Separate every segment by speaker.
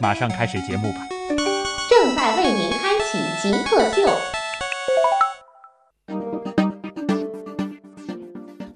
Speaker 1: 马上开始节目吧。
Speaker 2: 正在为您开启极客秀，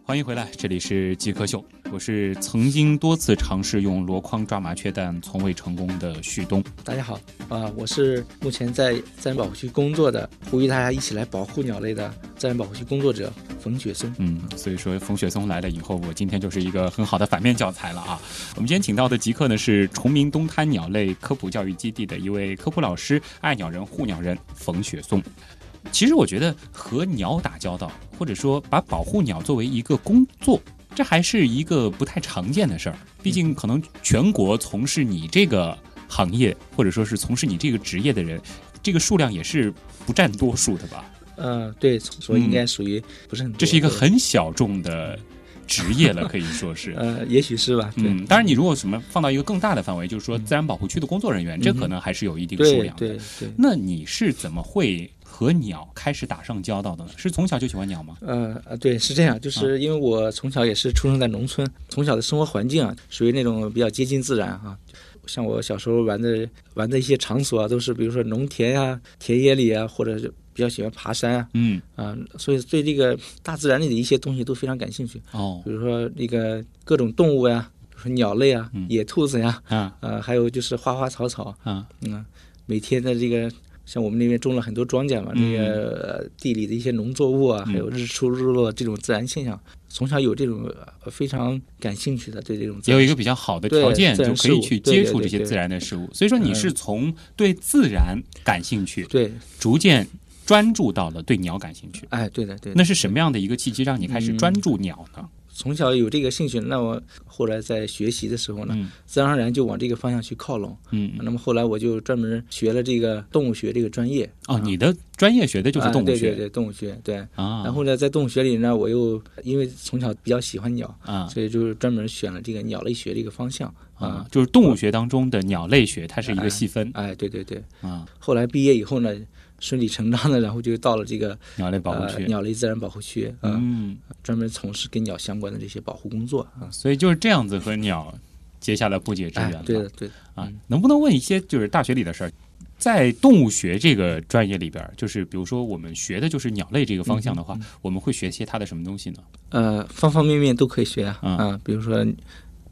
Speaker 1: 欢迎回来，这里是极客秀，我是曾经多次尝试用箩筐抓麻雀但从未成功的旭东。
Speaker 3: 大家好，啊、我是目前在自然保护区工作的，呼吁大家一起来保护鸟类的自然保护区工作者冯雪松。
Speaker 1: 嗯，所以说冯雪松来了以后，我今天就是一个很好的反面教材了啊。我们今天请到的极客呢是崇明东滩鸟类科普教育基地的一位科普老师、爱鸟人、护鸟人冯雪松。其实我觉得和鸟打交道，或者说把保护鸟作为一个工作，这还是一个不太常见的事儿。毕竟可能全国从事你这个行业，或者说是从事你这个职业的人，这个数量也是不占多数的吧？
Speaker 3: 嗯、对，所以应该属于不是很多、
Speaker 1: 这是一个
Speaker 3: 对
Speaker 1: 很小众的职业了，可以说是。
Speaker 3: 呃，也许是吧。对，
Speaker 1: 嗯，当然，你如果什么放到一个更大的范围，就是说自然保护区的工作人员，这
Speaker 3: 嗯
Speaker 1: 可能还是有一定数
Speaker 3: 对
Speaker 1: 量的。
Speaker 3: 对对，
Speaker 1: 那你是怎么会和鸟开始打上交道的呢？是从小就喜欢鸟吗？
Speaker 3: 呃呃，对，是这样，
Speaker 1: 啊
Speaker 3: 就是因为我从小也是出生在农村，从小的生活环境啊，属于那种比较接近自然啊。像我小时候玩的玩的一些场所啊，都是比如说农田呀、田野里啊，或者是比较喜欢爬山啊，
Speaker 1: 嗯，
Speaker 3: 啊、所以对这个大自然里的一些东西都非常感兴趣。
Speaker 1: 哦，
Speaker 3: 比如说那个各种动物呀，比如说鸟类啊、
Speaker 1: 嗯
Speaker 3: 野兔子呀，
Speaker 1: 啊
Speaker 3: 呃，还有就是花花草草，
Speaker 1: 啊，
Speaker 3: 嗯，每天的这个像我们那边种了很多庄稼嘛，
Speaker 1: 嗯
Speaker 3: 这个呃地里的一些农作物啊，
Speaker 1: 嗯
Speaker 3: 还有日出日落这种自然现象，从小有这种呃非常感兴趣的对这种自
Speaker 1: 也
Speaker 3: 然
Speaker 1: 有一个比较好的条件，
Speaker 3: 对
Speaker 1: 就可以去
Speaker 3: 自然
Speaker 1: 接
Speaker 3: 事物
Speaker 1: 触这些自然的事物。所以说，你是从对自然感兴趣，
Speaker 3: 对，
Speaker 1: 逐渐专注到了对鸟感兴趣。
Speaker 3: 哎，对的对的
Speaker 1: 那是什么样的一个契机让你开始
Speaker 3: 嗯
Speaker 1: 专注鸟呢？
Speaker 3: 从小有这个兴趣，那我后来在学习的时候呢，
Speaker 1: 嗯
Speaker 3: 自然而然就往这个方向去靠拢。
Speaker 1: 嗯，
Speaker 3: 那么后来我就专门学了这个动物学这个专业，
Speaker 1: 哦，你的专业学的就是
Speaker 3: 啊
Speaker 1: 动物
Speaker 3: 对对
Speaker 1: 学
Speaker 3: 对，动物学对。
Speaker 1: 啊，
Speaker 3: 然后呢，在动物学里呢，我又因为从小比较喜欢鸟，
Speaker 1: 啊
Speaker 3: 所以就是专门选了这个鸟类学这个方向
Speaker 1: 啊
Speaker 3: 啊。，
Speaker 1: 就是动物学当中的鸟类学，它是一个细分
Speaker 3: 哎，对对对。
Speaker 1: 嗯啊，
Speaker 3: 后来毕业以后呢，顺理成章的，然后就到了这个
Speaker 1: 鸟类保护
Speaker 3: 呃、
Speaker 1: 区。
Speaker 3: 鸟类自然保护区啊、
Speaker 1: 嗯，
Speaker 3: 专门从事跟鸟相关的这些保护工作啊。
Speaker 1: 所以就是这样子和鸟结下了不解之
Speaker 3: 哎
Speaker 1: 缘，
Speaker 3: 对
Speaker 1: 了
Speaker 3: 的对的。
Speaker 1: 啊。能不能问一些就是大学里的事儿？在动物学这个专业里边儿，就是比如说我们学的就是鸟类这个方向的
Speaker 3: 嗯
Speaker 1: 话，我们会学些它的什么东西呢？
Speaker 3: 呃，方方面面都可以学啊
Speaker 1: 嗯
Speaker 3: 啊，比如说，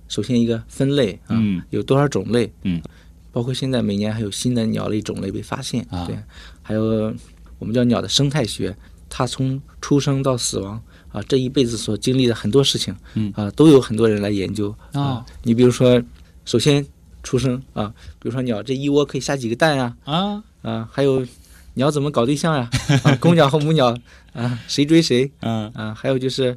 Speaker 3: 首先一个分类啊，
Speaker 1: 嗯
Speaker 3: 有多少种类，
Speaker 1: 嗯，
Speaker 3: 包括现在每年还有新的鸟类种类被发现
Speaker 1: 啊
Speaker 3: 对，还有我们叫鸟的生态学，它从出生到死亡啊这一辈子所经历的很多事情，
Speaker 1: 嗯
Speaker 3: 啊都有很多人来研究
Speaker 1: 哦
Speaker 3: 啊，你比如说，首先出生啊，比如说鸟这一窝可以下几个蛋啊
Speaker 1: 啊
Speaker 3: 啊，还有鸟怎么搞对象呀、啊，公鸟和母鸟啊谁追谁，
Speaker 1: 嗯
Speaker 3: 啊，还有就是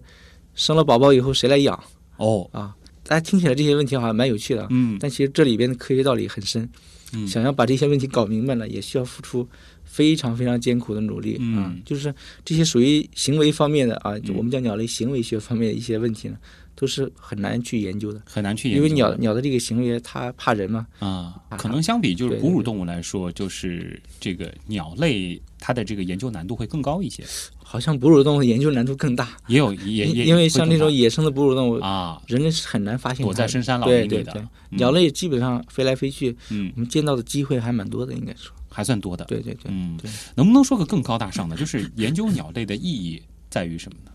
Speaker 3: 生了宝宝以后谁来养
Speaker 1: 哦
Speaker 3: 啊？大家听起来这些问题好像蛮有趣的啊，
Speaker 1: 嗯
Speaker 3: 但其实这里边的科学道理很深，
Speaker 1: 嗯
Speaker 3: 想要把这些问题搞明白了，也需要付出非常非常艰苦的努力啊
Speaker 1: 嗯。
Speaker 3: 就是这些属于行为方面的啊，就我们叫鸟类行为学方面的一些问题呢，都是很难去研究的，
Speaker 1: 很难去研
Speaker 3: 因
Speaker 1: 究
Speaker 3: 为鸟鸟的这个行为它怕人嘛，
Speaker 1: 啊，
Speaker 3: 啊
Speaker 1: 可能相比就是
Speaker 3: 对
Speaker 1: 哺
Speaker 3: 对
Speaker 1: 乳
Speaker 3: 对
Speaker 1: 动物来说，就是这个鸟类它的这个研究难度会更高一些，
Speaker 3: 好像哺乳动物研究难度更大，
Speaker 1: 也有也也
Speaker 3: 因因为
Speaker 1: 会
Speaker 3: 像
Speaker 1: 更
Speaker 3: 那种
Speaker 1: 大
Speaker 3: 野生的哺乳动物，
Speaker 1: 啊，
Speaker 3: 人类是很难发现
Speaker 1: 躲
Speaker 3: 它
Speaker 1: 在
Speaker 3: 的
Speaker 1: 深山老
Speaker 3: 对
Speaker 1: 林里
Speaker 3: 对
Speaker 1: 的
Speaker 3: 对，
Speaker 1: 嗯
Speaker 3: 鸟类基本上飞来飞去，
Speaker 1: 嗯
Speaker 3: 我们见到的机会还蛮多的，应该说。
Speaker 1: 还算多的，
Speaker 3: 对对 对，
Speaker 1: 嗯
Speaker 3: 对，
Speaker 1: 能不能说个更高大上的？ 就是研究鸟类的意义在于什么呢？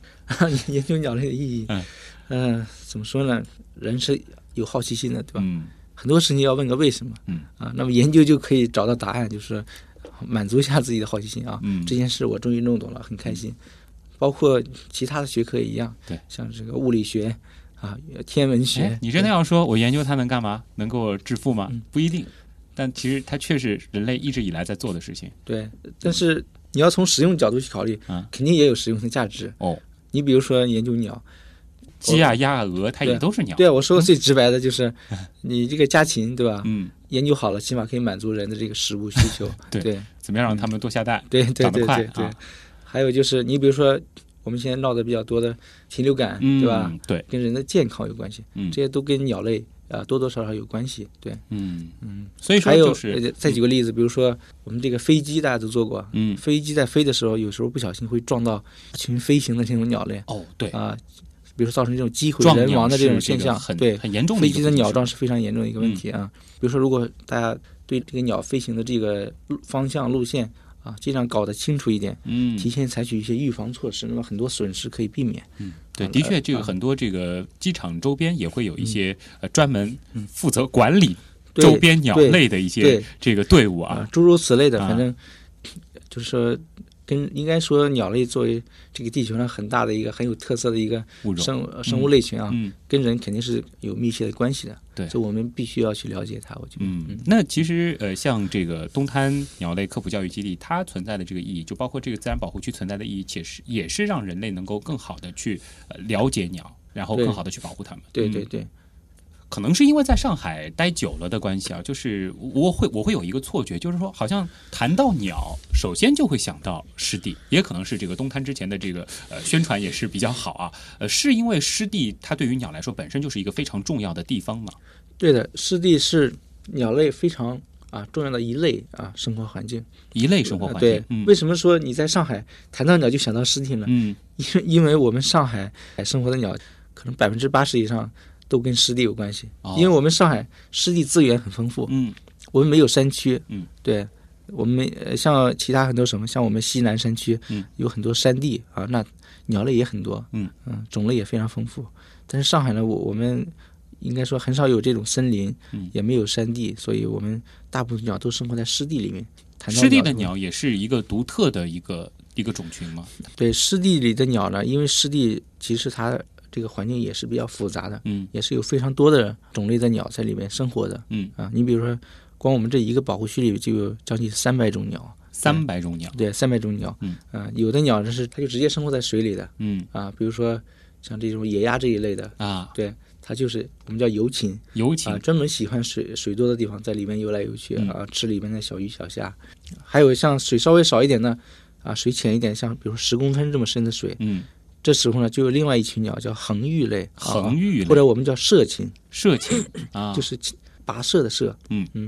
Speaker 3: 研究鸟类的意义，
Speaker 1: 嗯
Speaker 3: 嗯、怎么说呢？人是有好奇心的，对吧？
Speaker 1: 嗯
Speaker 3: 很多事情要问个为什么，
Speaker 1: 嗯
Speaker 3: 啊，那么研究就可以找到答案，就是 满足一下自己的好奇心啊。
Speaker 1: 嗯
Speaker 3: 这件事我终于弄懂了，很开心。包括其他的学科也一样，
Speaker 1: 对，
Speaker 3: 像这个物理学啊、天文学
Speaker 1: 哎，，你真的要说我研究它能干嘛？能给我致富吗
Speaker 3: 嗯？
Speaker 1: 不一定，但其实它确实人类一直以来在做的事情。
Speaker 3: 对，但是你要从实用角度去考虑，
Speaker 1: 嗯
Speaker 3: 肯定也有实用的价值。
Speaker 1: 哦，
Speaker 3: 你比如说研究鸟，
Speaker 1: 鸡啊、鸭啊、鹅，它也都是鸟。
Speaker 3: 对啊，我说的最直白 的就是，你这个家禽对吧？
Speaker 1: 嗯，。
Speaker 3: 研究好了，起码可以满足人的这个食物需求
Speaker 1: 对
Speaker 3: 对
Speaker 1: 怎么样让它们多下蛋？
Speaker 3: 对对
Speaker 1: 长得
Speaker 3: 对
Speaker 1: 快
Speaker 3: 对对
Speaker 1: 啊。
Speaker 3: 还有就是，你比如说我们现在闹得比较多的禽流感，
Speaker 1: 嗯，
Speaker 3: 对吧？？
Speaker 1: 对，
Speaker 3: 跟人的健康有关系，
Speaker 1: 嗯
Speaker 3: 这些都跟鸟类啊多多少少有关系。对，
Speaker 1: 嗯嗯，所以说
Speaker 3: 还有
Speaker 1: 就是
Speaker 3: 呃再举个例子，比如说我们这个飞机，大家都坐过，
Speaker 1: 嗯
Speaker 3: 飞机在飞的时候，有时候不小心会撞到群飞行的这种鸟类
Speaker 1: 哦对，
Speaker 3: 啊，比如说造成这种机毁
Speaker 1: 撞
Speaker 3: 人
Speaker 1: 鸟
Speaker 3: 亡的这
Speaker 1: 是
Speaker 3: 种现
Speaker 1: 个
Speaker 3: 象，
Speaker 1: 很
Speaker 3: 对，
Speaker 1: 很严重的
Speaker 3: 飞
Speaker 1: 一个
Speaker 3: 机的
Speaker 1: 问题
Speaker 3: 鸟
Speaker 1: 是
Speaker 3: 撞是非常严重的一个
Speaker 1: 嗯
Speaker 3: 问题啊。比如说，如果大家对这个鸟飞行的这个路方向路线啊，尽量搞得清楚一点，
Speaker 1: 嗯，
Speaker 3: 提前采取一些预防措施，那么很多损失可以避免。
Speaker 1: 对，
Speaker 3: 好
Speaker 1: 的
Speaker 3: 的
Speaker 1: 确，这个
Speaker 3: 啊
Speaker 1: 很多这个机场周边也会有一些呃专门负责管理
Speaker 3: 嗯对
Speaker 1: 周边鸟
Speaker 3: 对
Speaker 1: 类的一些
Speaker 3: 对
Speaker 1: 这个队伍啊
Speaker 3: 啊，，诸如此类的，
Speaker 1: 啊
Speaker 3: 反正就是说，跟应该说鸟类作为这个地球上很大的一个很有特色的一个
Speaker 1: 物种。
Speaker 3: 生物生物类群啊，
Speaker 1: 嗯
Speaker 3: 跟人肯定是有密切的关系的。
Speaker 1: 对
Speaker 3: 所以我们必须要去了解它。我觉得，
Speaker 1: 嗯，那其实呃，像这个东滩鸟类科普教育基地，它存在的这个意义，就包括这个自然保护区存在的意义，且是也是让人类能够更好的去呃了解鸟，然后
Speaker 3: 对
Speaker 1: 更好的去保护它们。
Speaker 3: 对
Speaker 1: 嗯
Speaker 3: 对对，
Speaker 1: 可能是因为在上海待久了的关系啊，就是我会我会有一个错觉，就是说好像谈到鸟，首先就会想到湿地，也可能是这个东滩之前的这个呃宣传也是比较好啊，呃，是因为湿地它对于鸟来说本身就是一个非常重要的地方嘛，
Speaker 3: 对的，湿地是鸟类非常啊重要的一类啊生活环境。啊
Speaker 1: 一类生活环境
Speaker 3: 对，，
Speaker 1: 嗯
Speaker 3: 为什么说你在上海谈到鸟就想到湿地呢？
Speaker 1: 嗯
Speaker 3: 因为因为我们上海生活的鸟，可能百分之八十以上都跟湿地有关系。
Speaker 1: 哦
Speaker 3: 因为我们上海湿地资源很丰富，
Speaker 1: 嗯
Speaker 3: 我们没有山区，
Speaker 1: 嗯，
Speaker 3: 对，我们呃像其他很多省，像我们西南山区，
Speaker 1: 嗯，
Speaker 3: 有很多山地啊，那鸟类也很多，
Speaker 1: 嗯
Speaker 3: 种类也非常丰富。但是上海呢，我我们应该说很少有这种森林，
Speaker 1: 嗯
Speaker 3: 也没有山地，所以我们大部分鸟都生活在湿地里面。谈到
Speaker 1: 湿地的
Speaker 3: 就会
Speaker 1: 鸟也是一个独特的一个一个种群嘛，
Speaker 3: 对湿地里的鸟呢，因为湿地其实它这个环境也是比较复杂的，
Speaker 1: 嗯
Speaker 3: 也是有非常多的种类的鸟在里面生活的
Speaker 1: 嗯，
Speaker 3: 啊。你比如说，光我们这一个保护区里就有将近三百种鸟，
Speaker 1: 三百种鸟，
Speaker 3: 对，三百种鸟，
Speaker 1: 嗯
Speaker 3: 啊，有的鸟呢是它就直接生活在水里的
Speaker 1: 嗯
Speaker 3: 啊，比如说像这种野鸭这一类的，
Speaker 1: 啊，
Speaker 3: 对，它就是我们叫游禽
Speaker 1: 尤
Speaker 3: 啊，
Speaker 1: 其
Speaker 3: 专门喜欢水水多的地方，在里面游来游去
Speaker 1: 嗯
Speaker 3: 啊，吃里面的小鱼小虾，还有像水稍微少一点的。啊，水浅一点，像比如十公分这么深的水，
Speaker 1: 嗯
Speaker 3: 这时候呢，就有另外一群鸟叫恒鹬类，啊
Speaker 1: 恒鹬类、
Speaker 3: 或者我们叫社禽，
Speaker 1: 社禽啊
Speaker 3: 就，是跋涉的涉，
Speaker 1: 嗯
Speaker 3: 嗯，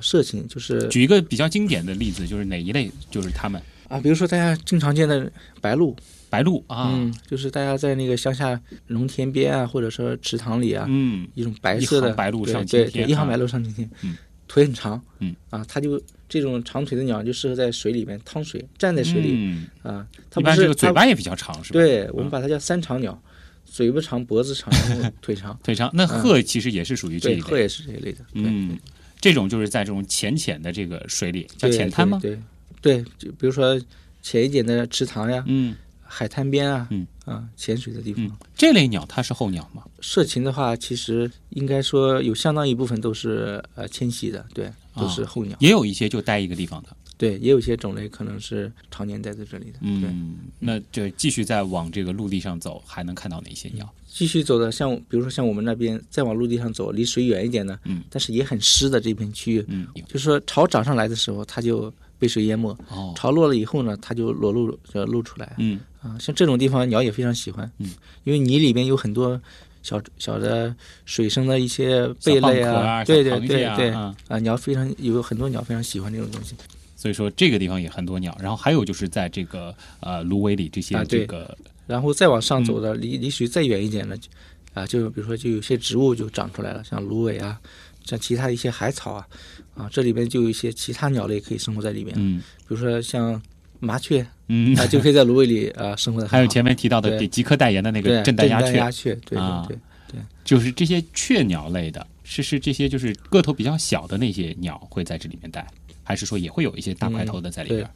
Speaker 3: 社禽就是
Speaker 1: 举一个比较经典的例子，就是哪一类，就是它们。
Speaker 3: 啊，比如说大家经常见的白鹭，
Speaker 1: 白鹭啊，
Speaker 3: 嗯，就是大家在那个乡下农田边啊，或者说池塘里啊，
Speaker 1: 嗯
Speaker 3: 一种白色
Speaker 1: 一
Speaker 3: 的
Speaker 1: 行白鹭
Speaker 3: 对
Speaker 1: 上青
Speaker 3: 对
Speaker 1: 天
Speaker 3: 对，一行
Speaker 1: 啊
Speaker 3: 白鹭上青天，
Speaker 1: 嗯
Speaker 3: 腿很长，
Speaker 1: 嗯
Speaker 3: 啊，它就这种长腿的鸟就适合在水里面趟水，站在水里、
Speaker 1: 嗯，
Speaker 3: 啊，它
Speaker 1: 一
Speaker 3: 不
Speaker 1: 般这
Speaker 3: 是
Speaker 1: 个嘴
Speaker 3: 它
Speaker 1: 巴也比较长，是吧？，嗯
Speaker 3: 对我们把它叫三长鸟，嘴巴 长，脖子长，然后腿长，
Speaker 1: 腿长。那
Speaker 3: 嗯
Speaker 1: 鹤其实也是属于这
Speaker 3: 对，
Speaker 1: 一
Speaker 3: 鹤
Speaker 1: 类，
Speaker 3: 也是这一类的，对。
Speaker 1: 嗯，这种就是在这种浅浅的这个水里，叫
Speaker 3: 对
Speaker 1: 浅滩吗？
Speaker 3: 对对，对就比如说浅一点的池塘呀、
Speaker 1: 嗯
Speaker 3: 海滩边啊，
Speaker 1: 嗯
Speaker 3: 啊，潜水的地方。
Speaker 1: 嗯，这类鸟它是候鸟吗？
Speaker 3: 社禽的话，其实应该说有相当一部分都是呃迁徙的，对，
Speaker 1: 啊
Speaker 3: 都是候鸟。
Speaker 1: 也有一些就待一个地方的，
Speaker 3: 对，也有些种类可能是常年待在这里的。对，
Speaker 1: 嗯，那就继续再往这个陆地上走，还能看到哪些鸟？
Speaker 3: 继续走的像我比如说像我们那边再往陆地上走，离水远一点的，
Speaker 1: 嗯
Speaker 3: 但是也很湿的这片区域，
Speaker 1: 嗯，
Speaker 3: 就是说潮涨上来的时候，它就被水淹没。
Speaker 1: 哦，
Speaker 3: 潮落了以后呢，它就裸露呃露出来，
Speaker 1: 嗯
Speaker 3: 啊，像这种地方鸟也非常喜欢，
Speaker 1: 嗯，
Speaker 3: 因为泥里边有很多小小的水生的一些贝类
Speaker 1: 小蚌壳啊小
Speaker 3: 对对
Speaker 1: 螃蟹
Speaker 3: 对
Speaker 1: 啊
Speaker 3: 对，
Speaker 1: 啊
Speaker 3: 鸟非常有很多鸟非常喜欢这种东西，
Speaker 1: 所以说这个地方也很多鸟。然后还有就是在这个呃芦苇里这些
Speaker 3: 啊对
Speaker 1: 这个
Speaker 3: 然后再往上走
Speaker 1: 嗯
Speaker 3: 的，离离水再远一点的，就啊，就比如说就有些植物就长出来了，像芦苇啊，像其他一些海草啊，啊，这里边就有一些其他鸟类可以生活在里面，
Speaker 1: 嗯
Speaker 3: 比如说像麻雀
Speaker 1: 嗯，
Speaker 3: 啊，就可以在芦苇里啊生活的，
Speaker 1: 还有前面提到的
Speaker 3: 对
Speaker 1: 给极客代言的那
Speaker 3: 对啊
Speaker 1: 个震旦鸦
Speaker 3: 鸭
Speaker 1: 雀，
Speaker 3: 雀，对
Speaker 1: 啊
Speaker 3: 对对。
Speaker 1: 就是这些雀鸟类的，是是这些就是个头比较小的那些鸟会在这里面待，还是说也会有一些大
Speaker 3: 嗯
Speaker 1: 块头的在里边？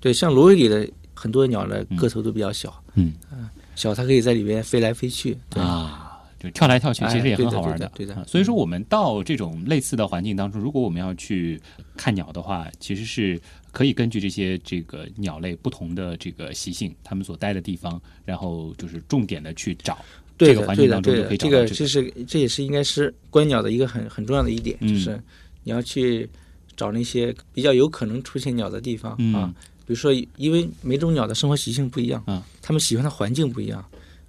Speaker 3: 对，像芦苇里的很多鸟呢，个头都比较小，
Speaker 1: 嗯
Speaker 3: 啊小它可以在里边飞来飞去，对，
Speaker 1: 啊，就跳来跳去，
Speaker 3: 哎
Speaker 1: 其实也很好玩
Speaker 3: 对的对的对嗯的
Speaker 1: 啊所以说，我们到这种类似的环境当中，如果我们要去看鸟的话，其实是可以根据这些这个鸟类不同的这个习性，它们所待的地方，然后就是重点的去找。
Speaker 3: 对
Speaker 1: 这
Speaker 3: 的
Speaker 1: 个，环
Speaker 3: 对
Speaker 1: 境
Speaker 3: 的，
Speaker 1: 当中
Speaker 3: 对
Speaker 1: 就
Speaker 3: 的，
Speaker 1: 可以找
Speaker 3: 这
Speaker 1: 到
Speaker 3: 个
Speaker 1: 这
Speaker 3: 这
Speaker 1: 个。
Speaker 3: 是这也是应该是观鸟的一个很很重要的一点，
Speaker 1: 嗯
Speaker 3: 就是你要去找那些比较有可能出现鸟的地方、
Speaker 1: 嗯
Speaker 3: 啊，比如说，因为每种鸟的生活习性不一样，
Speaker 1: 啊
Speaker 3: 它们喜欢的环境不一样。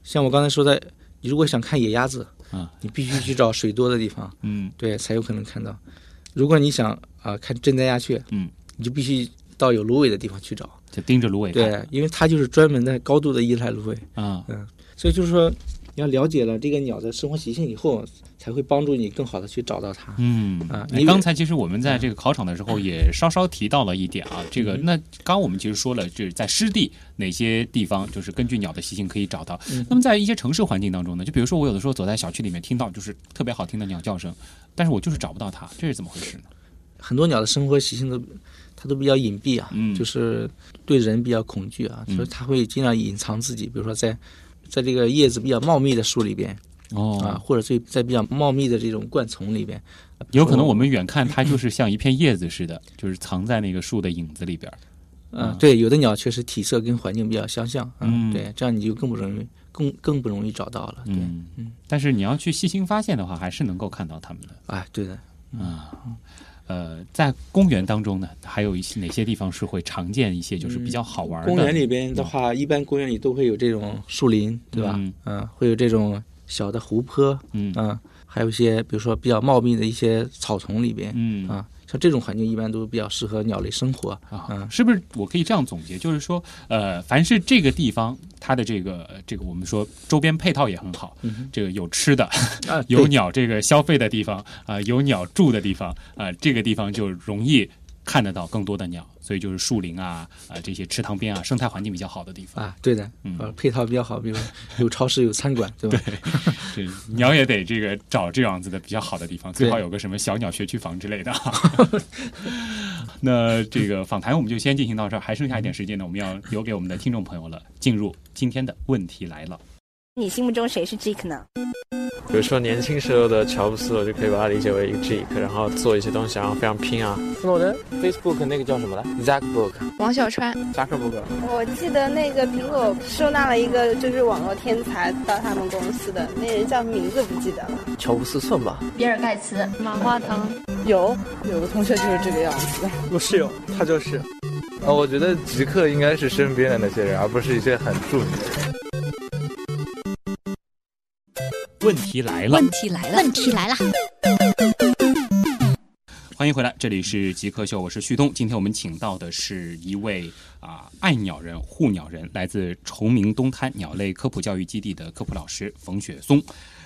Speaker 3: 像我刚才说的，你如果想看野鸭子，
Speaker 1: 啊，
Speaker 3: 你必须去找水多的地方，
Speaker 1: 嗯
Speaker 3: 对，才有可能看到。如果你想啊、看真丹鸦雀，
Speaker 1: 嗯，
Speaker 3: 你就必须到有芦苇的地方去找，
Speaker 1: 就盯着芦苇看
Speaker 3: 对，因为它就是专门的高度的依赖芦苇。
Speaker 1: 啊，
Speaker 3: 所以就是说，你要了解了这个鸟的生活习性以后，才会帮助你更好的去找到它。
Speaker 1: 嗯
Speaker 3: 啊
Speaker 1: 哎
Speaker 3: 因为
Speaker 1: 刚才其实我们在这个考场的时候也稍稍提到了一点啊，这个
Speaker 3: 嗯
Speaker 1: 那刚刚我们其实说了，就是在湿地哪些地方就是根据鸟的习性可以找到。
Speaker 3: 嗯
Speaker 1: 那么在一些城市环境当中呢，就比如说我有的时候走在小区里面，听到就是特别好听的鸟叫声，但是我就是找不到它，这是怎么回事呢？
Speaker 3: 很多鸟的生活习性都，它都比较隐蔽啊，
Speaker 1: 嗯
Speaker 3: 就是对人比较恐惧啊，
Speaker 1: 嗯
Speaker 3: 所以它会尽量隐藏自己。比如说在，在这个叶子比较茂密的树里边啊，
Speaker 1: 哦，
Speaker 3: 或者最在比较茂密的这种灌丛里边，
Speaker 1: 有可能我们远看它就是像一片叶子似的，就是藏在那个树的影子里边儿。
Speaker 3: 嗯、
Speaker 1: 啊
Speaker 3: 对，有的鸟确实体色跟环境比较相像，啊
Speaker 1: 嗯
Speaker 3: 对，这样你就更不容易，更更不容易找到了，对，
Speaker 1: 嗯，但是你要去细心发现的话，还是能够看到它们的。
Speaker 3: 啊，对的，
Speaker 1: 呃，在公园当中呢，还有一些哪些地方是会常见一些就是比较好玩的？
Speaker 3: 公园里边的话，一般公园里都会有这种树林，对吧？
Speaker 1: 嗯
Speaker 3: 嗯、会有这种小的湖泊，
Speaker 1: 嗯
Speaker 3: 嗯、还有一些比如说比较茂密的一些草丛里边，
Speaker 1: 嗯
Speaker 3: 啊，像这种环境一般都比较适合鸟类生活。
Speaker 1: 啊
Speaker 3: 嗯，
Speaker 1: 是不是我可以这样总结，就是说，呃，凡是这个地方，它的这个呃这个我们说周边配套也很好，
Speaker 3: 嗯哼
Speaker 1: 这个有吃 的，
Speaker 3: 啊，
Speaker 1: 有
Speaker 3: 对
Speaker 1: 鸟这个消费的地方啊、有鸟住的地方啊、这个地方就容易看得到更多的鸟，所以就是树林啊啊、这些池塘边啊生态环境比较好的地方，
Speaker 3: 啊，对的，
Speaker 1: 嗯
Speaker 3: 呃，配套比较好，比如有超市，有餐馆，对吧？
Speaker 1: 这鸟也得这个找这样子的比较好的地方，最
Speaker 3: 对
Speaker 1: 好有个什么小鸟学区房之类的。 那这个访谈我们就先进行到这儿，还剩下一点时间呢，我们要留给我们的听众朋友了。进入今天的问题来了，
Speaker 4: 你心目中谁是 Jake 呢？
Speaker 5: 比如说年轻时候的乔布斯，我就可以把它理解为一个 geek，然后做一些东西，然后非常拼啊。
Speaker 6: 诺登，Facebook 那个叫什么来？Zackbook，
Speaker 7: 王小川、
Speaker 6: 扎克伯格。
Speaker 8: 我记得那个苹果收纳了一个就是网络天才到他们公司的那人叫名字不记得了。
Speaker 6: 乔布斯算吧。
Speaker 7: 比尔盖茨、马化腾、
Speaker 8: 有有个同学就是这个样子。
Speaker 9: 我室友，他就是。
Speaker 10: 呃，我觉得极客应该是身边的那些人，而不是一些很著名的人。
Speaker 1: 问题来了，
Speaker 4: 问题来了，
Speaker 7: 问题来了，
Speaker 1: 欢迎回来，这里是极客秀，我是旭东。今天我们请到的是一位啊、爱鸟人、护鸟人，来自崇明东滩鸟类科普教育基地的科普老师冯雪松。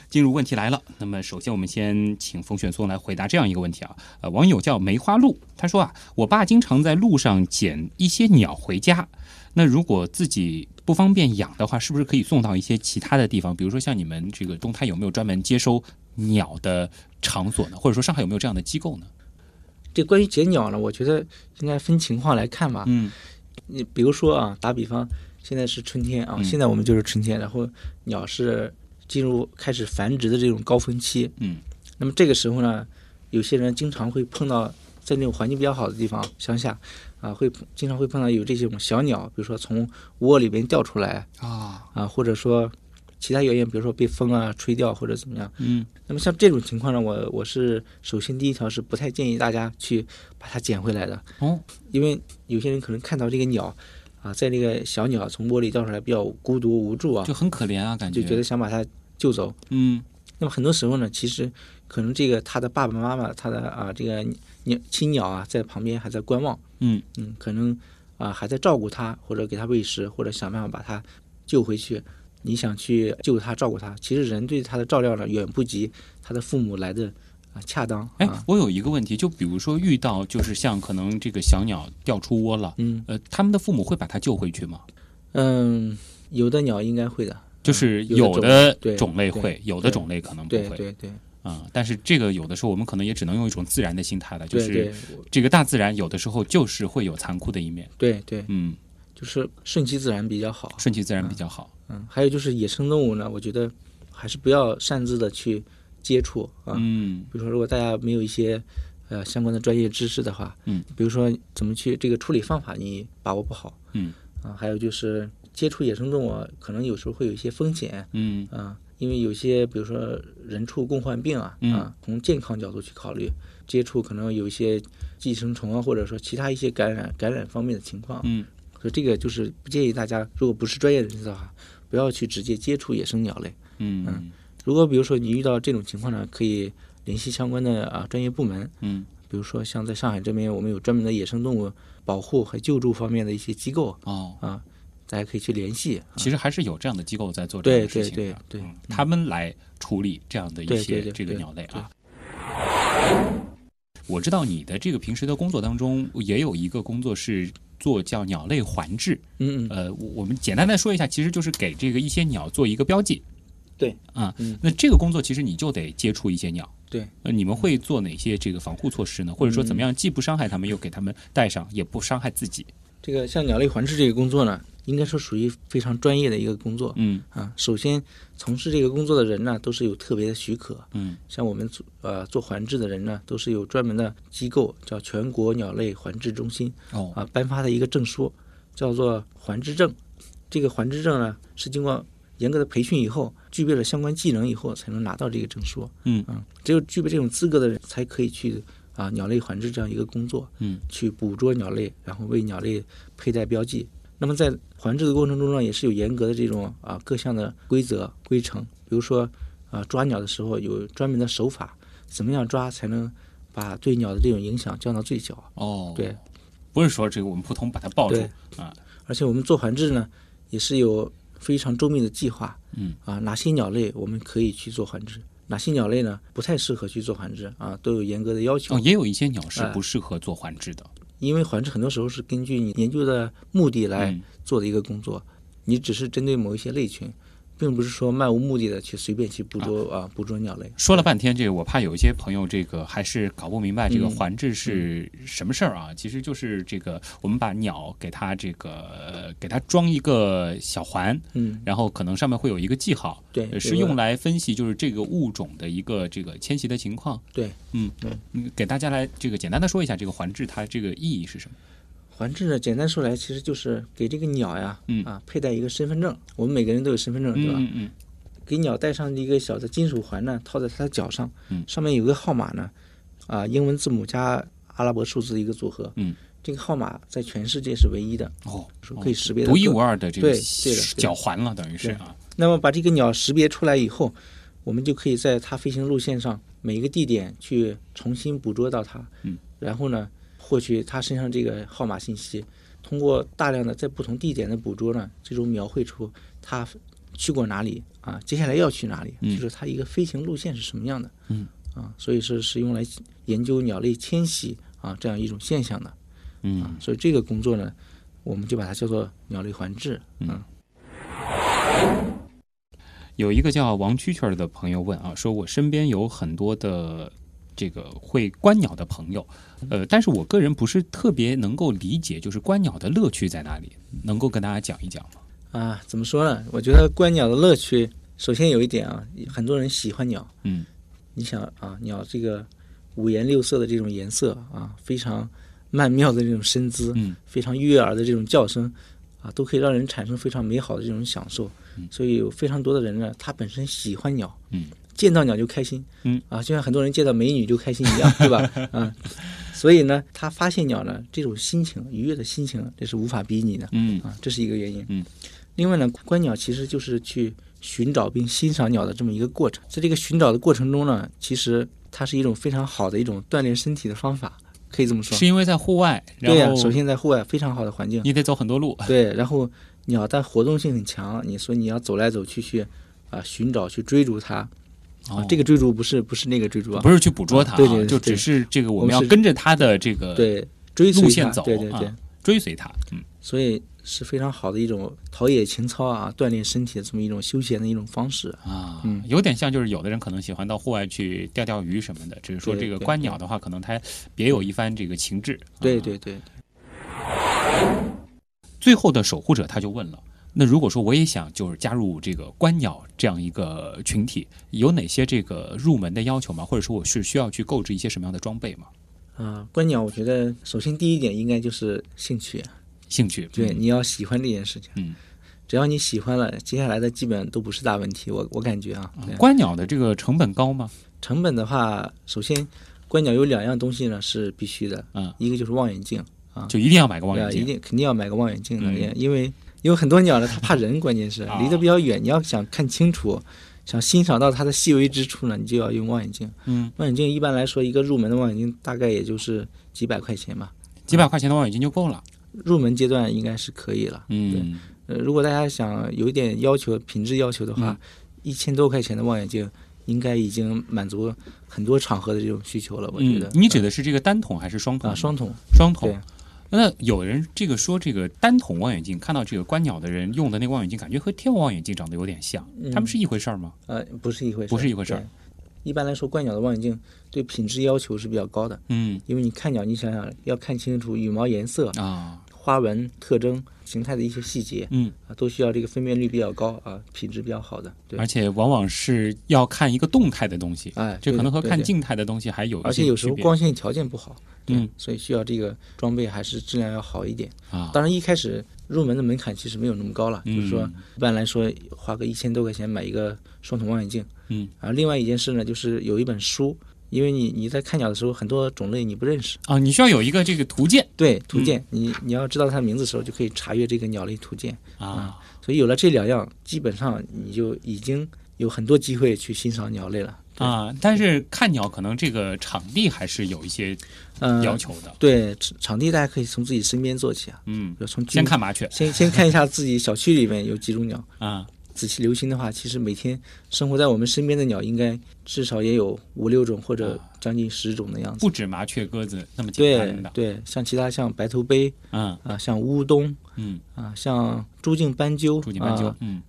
Speaker 1: 进入问题来了，那么首先我们先请冯雪松来回答这样一个问题啊，呃，网友叫梅花鹿，他说啊，我爸经常在路上捡一些鸟回家，那如果自己不方便养的话，是不是可以送到一些其他的地方？比如说像你们这个东滩有没有专门接收鸟的场所呢？或者说上海有没有这样的机构呢？
Speaker 3: 这关于捡鸟呢，我觉得应该分情况来看吧。
Speaker 1: 嗯，
Speaker 3: 你比如说啊，打比方，现在是春天啊，
Speaker 1: 嗯
Speaker 3: 现在我们就是春天，然后鸟是进入开始繁殖的这种高峰期。
Speaker 1: 嗯，
Speaker 3: 那么这个时候呢，有些人经常会碰到在那种环境比较好的地方，乡下啊，会碰经常会碰到有这种小鸟，比如说从窝里边掉出来
Speaker 1: 啊，
Speaker 3: 啊，或者说其他原因，比如说被风啊吹掉或者怎么样。
Speaker 1: 嗯
Speaker 3: 那么像这种情况呢，我我是首先第一条是不太建议大家去把它捡回来的，
Speaker 1: 哦，
Speaker 3: 因为有些人可能看到这个鸟，啊，在那个小鸟从窝里掉出来比较孤独无助啊，
Speaker 1: 就很可怜啊，感
Speaker 3: 就觉得想把它救走。
Speaker 1: 嗯
Speaker 3: 那么很多时候呢，其实可能这个他的爸爸妈妈，他的啊这个鸟亲鸟啊，在旁边还在观望，
Speaker 1: 嗯
Speaker 3: 嗯，可能啊还在照顾它，或者给它喂食，或者想办法把它救回去。你想去救它、照顾它，其实人对它的照料呢，远不及他的父母来的啊恰当
Speaker 1: 哎
Speaker 3: 啊。，
Speaker 1: 我有一个问题，就比如说遇到就是像可能这个小鸟掉出窝了，
Speaker 3: 嗯
Speaker 1: 呃，他们的父母会把它救回去吗？
Speaker 3: 嗯，有的鸟应该会的，
Speaker 1: 就是
Speaker 3: 有
Speaker 1: 有
Speaker 3: 的种类对
Speaker 1: 种类
Speaker 3: 对
Speaker 1: 会，有的
Speaker 3: 对
Speaker 1: 种类可能不
Speaker 3: 对
Speaker 1: 会
Speaker 3: 对对
Speaker 1: 啊。但是这个有的时候我们可能也只能用一种自然的心态了，就
Speaker 3: 对
Speaker 1: 是
Speaker 3: 对
Speaker 1: 这个大自然有的时候就是会有残酷的一面，
Speaker 3: 对对，
Speaker 1: 嗯，
Speaker 3: 就是顺其自然比较好。
Speaker 1: 顺其自然比较好。
Speaker 3: 嗯，还有就是野生动物呢，我觉得还是不要擅自的去接触啊。
Speaker 1: 嗯
Speaker 3: 比如说，如果大家没有一些呃相关的专业知识的话，
Speaker 1: 嗯，
Speaker 3: 比如说怎么去这个处理方法你把握不好，
Speaker 1: 嗯
Speaker 3: 啊，还有就是接触野生动物啊可能有时候会有一些风险
Speaker 1: 嗯
Speaker 3: 啊，因为有些比如说人畜共患病啊，
Speaker 1: 嗯
Speaker 3: 啊，从健康角度去考虑，接触可能有一些寄生虫啊，或者说其他一些感染感染方面的情况，
Speaker 1: 嗯，
Speaker 3: 所以这个就是不建议大家，如果不是专业人士的话，不要去直接接触野生鸟类。
Speaker 1: 嗯
Speaker 3: 如果比如说你遇到这种情况呢，可以联系相关的啊专业部门，
Speaker 1: 嗯，
Speaker 3: 比如说像在上海这边，我们有专门的野生动物保护和救助方面的一些机构，
Speaker 1: 哦，
Speaker 3: 大家可以去联系。啊
Speaker 1: 其实还是有这样的机构在做这样
Speaker 3: 对
Speaker 1: 的事
Speaker 3: 对
Speaker 1: 情
Speaker 3: 对
Speaker 1: 的，
Speaker 3: 对，
Speaker 1: 嗯他们来处理这样的一
Speaker 3: 对对
Speaker 1: 些
Speaker 3: 对
Speaker 1: 这个
Speaker 3: 对
Speaker 1: 鸟类啊。我知道你的这个平时的工作当中也有一个工作是做叫鸟类环志，
Speaker 3: 嗯嗯。
Speaker 1: 呃，我我们简单的说一下，其实就是给这个一些鸟做一个标记。
Speaker 3: 对
Speaker 1: 啊，
Speaker 3: 嗯
Speaker 1: 那这个工作其实你就得接触一些鸟。
Speaker 3: 对，嗯
Speaker 1: 呃，你们会做哪些这个防护措施呢？或者说怎么样既不伤害它们，又给它们带上，也不伤害自己？
Speaker 3: 这个像鸟类环治这个工作呢，应该说属于非常专业的一个工作
Speaker 1: 嗯
Speaker 3: 啊。首先，从事这个工作的人呢，都是有特别的许可。
Speaker 1: 嗯
Speaker 3: 像我们做呃做环治的人呢，都是有专门的机构，叫全国鸟类环治中心
Speaker 1: 哦
Speaker 3: 啊颁发的一个证书，叫做环治证。这个环治证呢，是经过严格的培训以后，具备了相关技能以后，才能拿到这个证书。
Speaker 1: 嗯
Speaker 3: 啊，只有具备这种资格的人，才可以去啊鸟类环治这样一个工作。
Speaker 1: 嗯，
Speaker 3: 去捕捉鸟类，然后为鸟类佩戴标记。那么在环制的过程中呢，也是有严格的这种啊各项的规则规程，比如说啊抓鸟的时候有专门的手法，怎么样抓才能把对鸟的这种影响降到最小。
Speaker 1: 哦，
Speaker 3: 对，
Speaker 1: 不是说这个我们普通把它抱住
Speaker 3: 对，
Speaker 1: 啊，
Speaker 3: 而且我们做环制呢，也是有非常周密的计划。
Speaker 1: 嗯
Speaker 3: 啊，哪些鸟类我们可以去做环制，哪些鸟类呢不太适合去做环制啊，都有严格的要求。
Speaker 1: 哦，也有一些鸟是
Speaker 3: 哎
Speaker 1: 不适合做环制的。
Speaker 3: 因为环制很多时候是根据你研究的目的来
Speaker 1: 嗯
Speaker 3: 做的一个工作，你只是针对某一些类群，并不是说漫无目的的去随便去捕捉啊捕捉鸟类。
Speaker 1: 说了半天，这个我怕有一些朋友这个还是搞不明白这个
Speaker 3: 嗯
Speaker 1: 环制是什么事儿啊？其实就是这个，我们把鸟给它这个、呃给它装一个小环，
Speaker 3: 嗯，
Speaker 1: 然后可能上面会有一个记号，
Speaker 3: 对
Speaker 1: 呃，是
Speaker 3: 有个
Speaker 1: 用来分析就是这个物种的一个这个迁徙的情况。
Speaker 3: 对，
Speaker 1: 嗯，嗯给大家来这个简单的说一下这个环制它这个意义是什么？
Speaker 3: 环制呢，简单说来其实就是给这个鸟呀，
Speaker 1: 嗯
Speaker 3: 啊佩戴一个身份证，我们每个人都有身份证，对吧？
Speaker 1: 嗯嗯嗯，
Speaker 3: 给鸟戴上一个小的金属环呢，套在它的脚上，
Speaker 1: 嗯
Speaker 3: 上面有个号码呢，啊，英文字母加阿拉伯数字的一个组合，
Speaker 1: 嗯，
Speaker 3: 这个号码在全世界是唯一的，
Speaker 1: 哦，
Speaker 3: 说可以识别的
Speaker 1: 独一无二的这个
Speaker 3: 对对的对的
Speaker 1: 脚环了，等于是
Speaker 3: 对
Speaker 1: 啊，
Speaker 3: 那么把这个鸟识别出来以后，我们就可以在它飞行路线上每一个地点去重新捕捉到它，
Speaker 1: 嗯，
Speaker 3: 然后呢，获取它身上这个号码信息，通过大量的在不同地点的捕捉呢，最终描绘出它去过哪里啊，接下来要去哪里，
Speaker 1: 嗯
Speaker 3: 就是它一个飞行路线是什么样的，
Speaker 1: 嗯，
Speaker 3: 啊，所以说是用来研究鸟类迁徙啊这样一种现象的，
Speaker 1: 嗯，
Speaker 3: 所以这个工作呢，我们就把它叫做鸟类环制，嗯
Speaker 1: 有一个叫王蛐蛐儿的朋友问啊，说我身边有很多的这个会观鸟的朋友，呃，但是我个人不是特别能够理解，就是观鸟的乐趣在哪里，能够跟大家讲一讲吗？
Speaker 3: 啊，怎么说呢？我觉得观鸟的乐趣，首先有一点啊，很多人喜欢鸟。
Speaker 1: 嗯，
Speaker 3: 你想啊，鸟这个五颜六色的这种颜色啊，非常曼妙的这种身姿，
Speaker 1: 嗯
Speaker 3: 非常悦耳的这种叫声啊，都可以让人产生非常美好的这种享受。
Speaker 1: 嗯
Speaker 3: 所以有非常多的人呢，他本身喜欢鸟，
Speaker 1: 嗯，
Speaker 3: 见到鸟就开心，
Speaker 1: 嗯
Speaker 3: 啊，就像很多人见到美女就开心一样，对吧？ 啊，所以呢，他发现鸟呢，这种心情愉悦的心情，这是无法比拟的。
Speaker 1: 嗯
Speaker 3: 啊，这是一个原因。
Speaker 1: 嗯，
Speaker 3: 另外呢，观鸟其实就是去寻找并欣赏鸟的这么一个过程。在这个寻找的过程中呢，其实它是一种非常好的一种锻炼身体的方法，可以这么说
Speaker 1: 是。嗯因为在户外，然
Speaker 3: 对呀、
Speaker 1: 后
Speaker 3: 首先在户外非常好的环境，
Speaker 1: 你得走很多路，
Speaker 3: 对，然后鸟它活动性很强，你说你要走来走去去啊寻找去追逐它啊
Speaker 1: 哦，
Speaker 3: 这个追逐不是不是那个追逐啊，
Speaker 1: 不是去捕捉它、啊，
Speaker 3: 对对对
Speaker 1: 就只是这个我们
Speaker 3: 我
Speaker 1: 要
Speaker 3: 们是
Speaker 1: 跟着它的这个
Speaker 3: 对追随
Speaker 1: 路
Speaker 3: 它
Speaker 1: 线走，
Speaker 3: 对对对，
Speaker 1: 啊，追随它，嗯
Speaker 3: 所以是非常好的一种陶冶情操啊，锻炼身体的这么一种休闲的一种方式。
Speaker 1: 啊，
Speaker 3: 嗯
Speaker 1: 有点像就是有的人可能喜欢到户外去钓钓鱼什么的，只是说
Speaker 3: 对
Speaker 1: 这个
Speaker 3: 对
Speaker 1: 观鸟的话，可能他别有一番这个情致。
Speaker 3: 对
Speaker 1: 啊
Speaker 3: 对对，
Speaker 1: 最后的守护者他就问了：那如果说我也想就是加入这个观鸟这样一个群体，有哪些这个入门的要求吗？或者说我是需要去购置一些什么样的装备吗？
Speaker 3: 啊，观鸟，我觉得首先第一点应该就是兴趣，啊
Speaker 1: 兴趣
Speaker 3: 对，你要喜欢这件事情。
Speaker 1: 嗯，
Speaker 3: 只要你喜欢了，接下来的基本都不是大问题。我我感觉啊，对
Speaker 1: 观鸟的这个成本高吗？
Speaker 3: 成本的话，首先观鸟有两样东西呢是必须的，
Speaker 1: 嗯，
Speaker 3: 一个就是望远镜，
Speaker 1: 就一定要买个望
Speaker 3: 对
Speaker 1: 远
Speaker 3: 啊，一
Speaker 1: 镜。
Speaker 3: 定肯定要买个望远镜的，
Speaker 1: 嗯
Speaker 3: 也因为有很多鸟呢，它怕人，关键 是
Speaker 1: 啊
Speaker 3: 离得比较远，你要想看清楚，想欣赏到它的细微之处呢，你就要用望远镜。
Speaker 1: 嗯，
Speaker 3: 望远镜一般来说，一个入门的望远镜大概也就是几百块钱吧，
Speaker 1: 几百块钱的望远镜就够了。
Speaker 3: 入门阶段应该是可以了。
Speaker 1: 嗯，
Speaker 3: 呃，如果大家想有一点要求、品质要求的
Speaker 1: 嗯
Speaker 3: 话，一千、多块钱的望远镜应该已经满足很多场合的这种需求了。我觉得，
Speaker 1: 嗯，你指的嗯是这个单筒还是双筒呢？
Speaker 3: 啊，双筒
Speaker 1: 双筒
Speaker 3: 对。
Speaker 1: 那有人这个说，这个单筒望远镜看到这个观鸟的人用的那个望远镜，感觉和天文望远镜长得有点像，
Speaker 3: 嗯
Speaker 1: 他们是一回事儿吗？
Speaker 3: 呃不是一回事儿，
Speaker 1: 不是一回事儿
Speaker 3: 对。一般来说，观鸟的望远镜对品质要求是比较高的，
Speaker 1: 嗯
Speaker 3: 因为你看鸟，你想想要看清楚羽毛颜色、
Speaker 1: 啊，
Speaker 3: 花纹特征、形态的一些细节
Speaker 1: 嗯，
Speaker 3: 啊，都需要这个分辨率比较高啊，品质比较好的。对
Speaker 1: 而，且往往是要看一个动态的东西，
Speaker 3: 哎，
Speaker 1: 这可能和
Speaker 3: 对的
Speaker 1: 看，
Speaker 3: 对的
Speaker 1: 静态的东西还有一
Speaker 3: 而且
Speaker 1: 些
Speaker 3: 有时
Speaker 1: 区
Speaker 3: 候
Speaker 1: 别
Speaker 3: 光线条件不好，对
Speaker 1: 嗯
Speaker 3: 所以需要这个装备还是质量要好一点。
Speaker 1: 啊，
Speaker 3: 当然，一开始入门的门槛其实没有那么高了，
Speaker 1: 嗯
Speaker 3: 就是说一般来说花个一千多块钱买一个双筒望远镜。
Speaker 1: 嗯，
Speaker 3: 而另外一件事呢，就是有一本书，因为你你在看鸟的时候，很多种类你不认识，
Speaker 1: 啊，你需要有一个这个图鉴
Speaker 3: 对图鉴，
Speaker 1: 嗯
Speaker 3: 你你要知道它的名字的时候，就可以查阅这个鸟类图鉴。
Speaker 1: 啊，
Speaker 3: 所以有了这两样，基本上你就已经有很多机会去欣赏鸟类了。嗯对，
Speaker 1: 啊，但是看鸟可能这个场地还是有一些
Speaker 3: 嗯、
Speaker 1: 要求的，
Speaker 3: 对场场地，大家可以从自己身边做起啊，
Speaker 1: 嗯
Speaker 3: 比，如从居
Speaker 1: 先看麻雀
Speaker 3: 先 先看一下自己小区里面有几种鸟。
Speaker 1: 啊，
Speaker 3: 仔细留心的话，其实每天生活在我们身边的鸟，应该至少也有五六种或者将近十种的样子。
Speaker 1: 不止麻雀、鸽子那么啊简
Speaker 3: 对
Speaker 1: 单的，
Speaker 3: 对，像其他像白头杯
Speaker 1: 嗯
Speaker 3: 啊、像乌冬
Speaker 1: 嗯，
Speaker 3: 啊、像朱颈斑鸠，
Speaker 1: 竹锦斑鸠
Speaker 3: 啊，
Speaker 1: 嗯，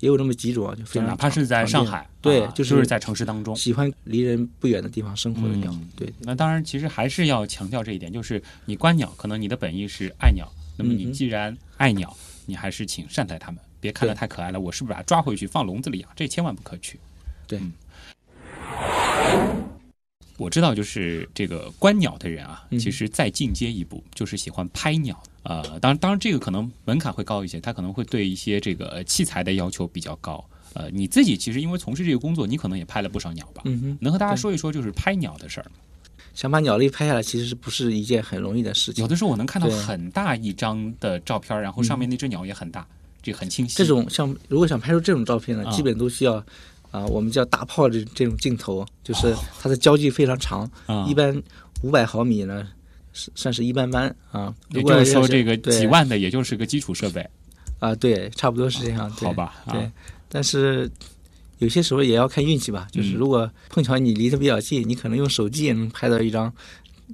Speaker 3: 也有那么几种啊，就非
Speaker 1: 就
Speaker 3: 常
Speaker 1: 哪怕是在上海，
Speaker 3: 对
Speaker 1: 啊就
Speaker 3: 就
Speaker 1: 是
Speaker 3: 是
Speaker 1: 在城市当中。
Speaker 3: 喜欢离人不远的地方生活的鸟。
Speaker 1: 嗯
Speaker 3: 对，
Speaker 1: 那当然，其实还是要强调这一点，就是你观鸟，可能你的本意是爱鸟，那么
Speaker 3: 嗯
Speaker 1: 你
Speaker 3: 哼
Speaker 1: 既然爱鸟，你还是请善待它们，别看它太可爱了，我是不是把它抓回去放笼子里养？啊这千万不可取。
Speaker 3: 对
Speaker 1: 嗯我知道，就是这个观鸟的人啊，
Speaker 3: 嗯
Speaker 1: 其实再进阶一步，就是喜欢拍鸟。呃，当然，当然，这个可能门槛会高一些，他可能会对一些这个呃器材的要求比较高。呃，你自己其实因为从事这个工作，你可能也拍了不少鸟吧？
Speaker 3: 嗯哼，
Speaker 1: 能和大家
Speaker 3: 对
Speaker 1: 说一说就是拍鸟的事儿吗？
Speaker 3: 想把鸟类拍下来，其实是不是一件很容易的事情
Speaker 1: 有。的时候我能看到
Speaker 3: 对嗯
Speaker 1: 很大一张的照片儿，然后上面那只鸟也很大，这很清晰。
Speaker 3: 这种像如果想拍出这种照片呢，
Speaker 1: 啊
Speaker 3: 基本都需要啊、我们叫大炮这这种镜头，就是它的焦距非常长，
Speaker 1: 啊
Speaker 3: 一般五百毫米呢是算是一般般啊。
Speaker 1: 也
Speaker 3: 如果
Speaker 1: 就是说
Speaker 3: 要
Speaker 1: 这个
Speaker 3: 对
Speaker 1: 几万的，也就是个基础设备，
Speaker 3: 啊，对，差不多是这样，对
Speaker 1: 好？吧？啊
Speaker 3: 对，，但是。有些时候也要看运气吧，就是
Speaker 1: 嗯
Speaker 3: 如果碰巧你离得比较近，你可能用手机也能拍到一张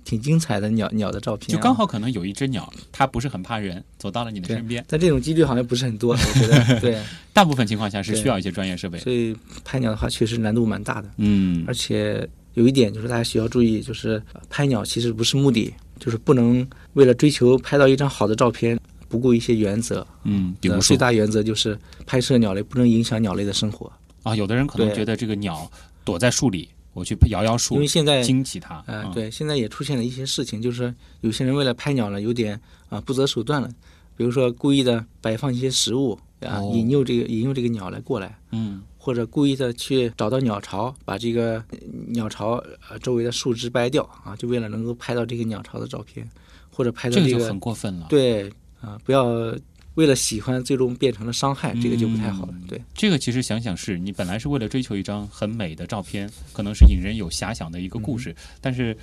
Speaker 3: 挺精彩的鸟鸟的照片、啊
Speaker 1: 就刚。好可能有一只鸟，它不是很怕人，走到了你的
Speaker 3: 对
Speaker 1: 身边。
Speaker 3: 但这种几率好像不是很多，我觉 得对，
Speaker 1: 大部分情况下是
Speaker 3: 对
Speaker 1: 需要一些专业设备的。
Speaker 3: 所以拍鸟的话确实难度蛮大的。
Speaker 1: 嗯
Speaker 3: 而且有一点就是大家需要注意，就是呃拍鸟其实不是目的，就是不能为了追求拍到一张好的照片，不顾一些原则。
Speaker 1: 嗯，比如
Speaker 3: 呃
Speaker 1: 说
Speaker 3: 最大原则就是拍摄鸟类不能影响鸟类的生活，
Speaker 1: 啊，有的人可能
Speaker 3: 对
Speaker 1: 觉得这个鸟躲在树里，我去摇摇树
Speaker 3: 因为，现在。
Speaker 1: 惊起它。
Speaker 3: 呃
Speaker 1: 嗯，
Speaker 3: 对，现在也出现了一些事情，就是说有些人为了拍鸟呢，有点啊、不择手段了，比如说故意的摆放一些食物啊、
Speaker 1: 哦
Speaker 3: 引诱这个引诱这个鸟来过来，
Speaker 1: 嗯
Speaker 3: 或者故意的去找到鸟巢，把这个呃鸟巢呃周围的树枝掰掉啊，就为了能够拍到这个鸟巢的照片，或者拍到
Speaker 1: 这个
Speaker 3: 这
Speaker 1: 就
Speaker 3: 个
Speaker 1: 很过分了。
Speaker 3: 对啊、不要为了喜欢最终变成了伤害，这个就不太好了。
Speaker 1: 嗯
Speaker 3: 对
Speaker 1: 这个其实想想是你本来是为了追求一张很美的照片，可能是引人有遐想的一个故事，但是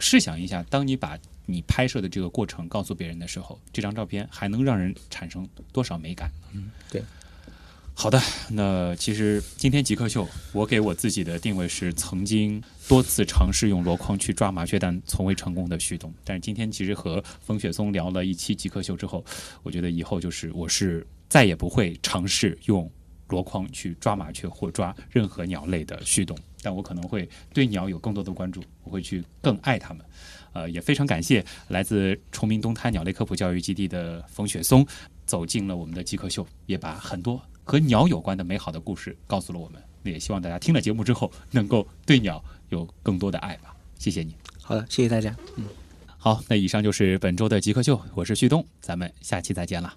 Speaker 1: 试想一下，当你把你拍摄的这个过程告诉别人的时候，这张照片还能让人产生多少美感？嗯，
Speaker 3: 对。
Speaker 1: 好的，那其实今天极客秀，我给我自己的定位是曾经多次尝试用箩筐去抓麻雀蛋，从未成功的旭东。但是今天其实和冯雪松聊了一期极客秀之后，我觉得以后就是我是再也不会尝试用箩筐去抓麻雀或抓任何鸟类的旭东，但我可能会对鸟有更多的关注，我会去更爱它们。呃，也非常感谢来自崇明东滩鸟类科普教育基地的冯雪松，走进了我们的极客秀，也把很多和鸟有关的美好的故事告诉了我们。那也希望大家听了节目之后，能够对鸟有更多的爱吧。谢谢你。
Speaker 3: 好的，谢谢大家。
Speaker 1: 好，那以上就是本周的极客秀，我是旭东，咱们下期再见了。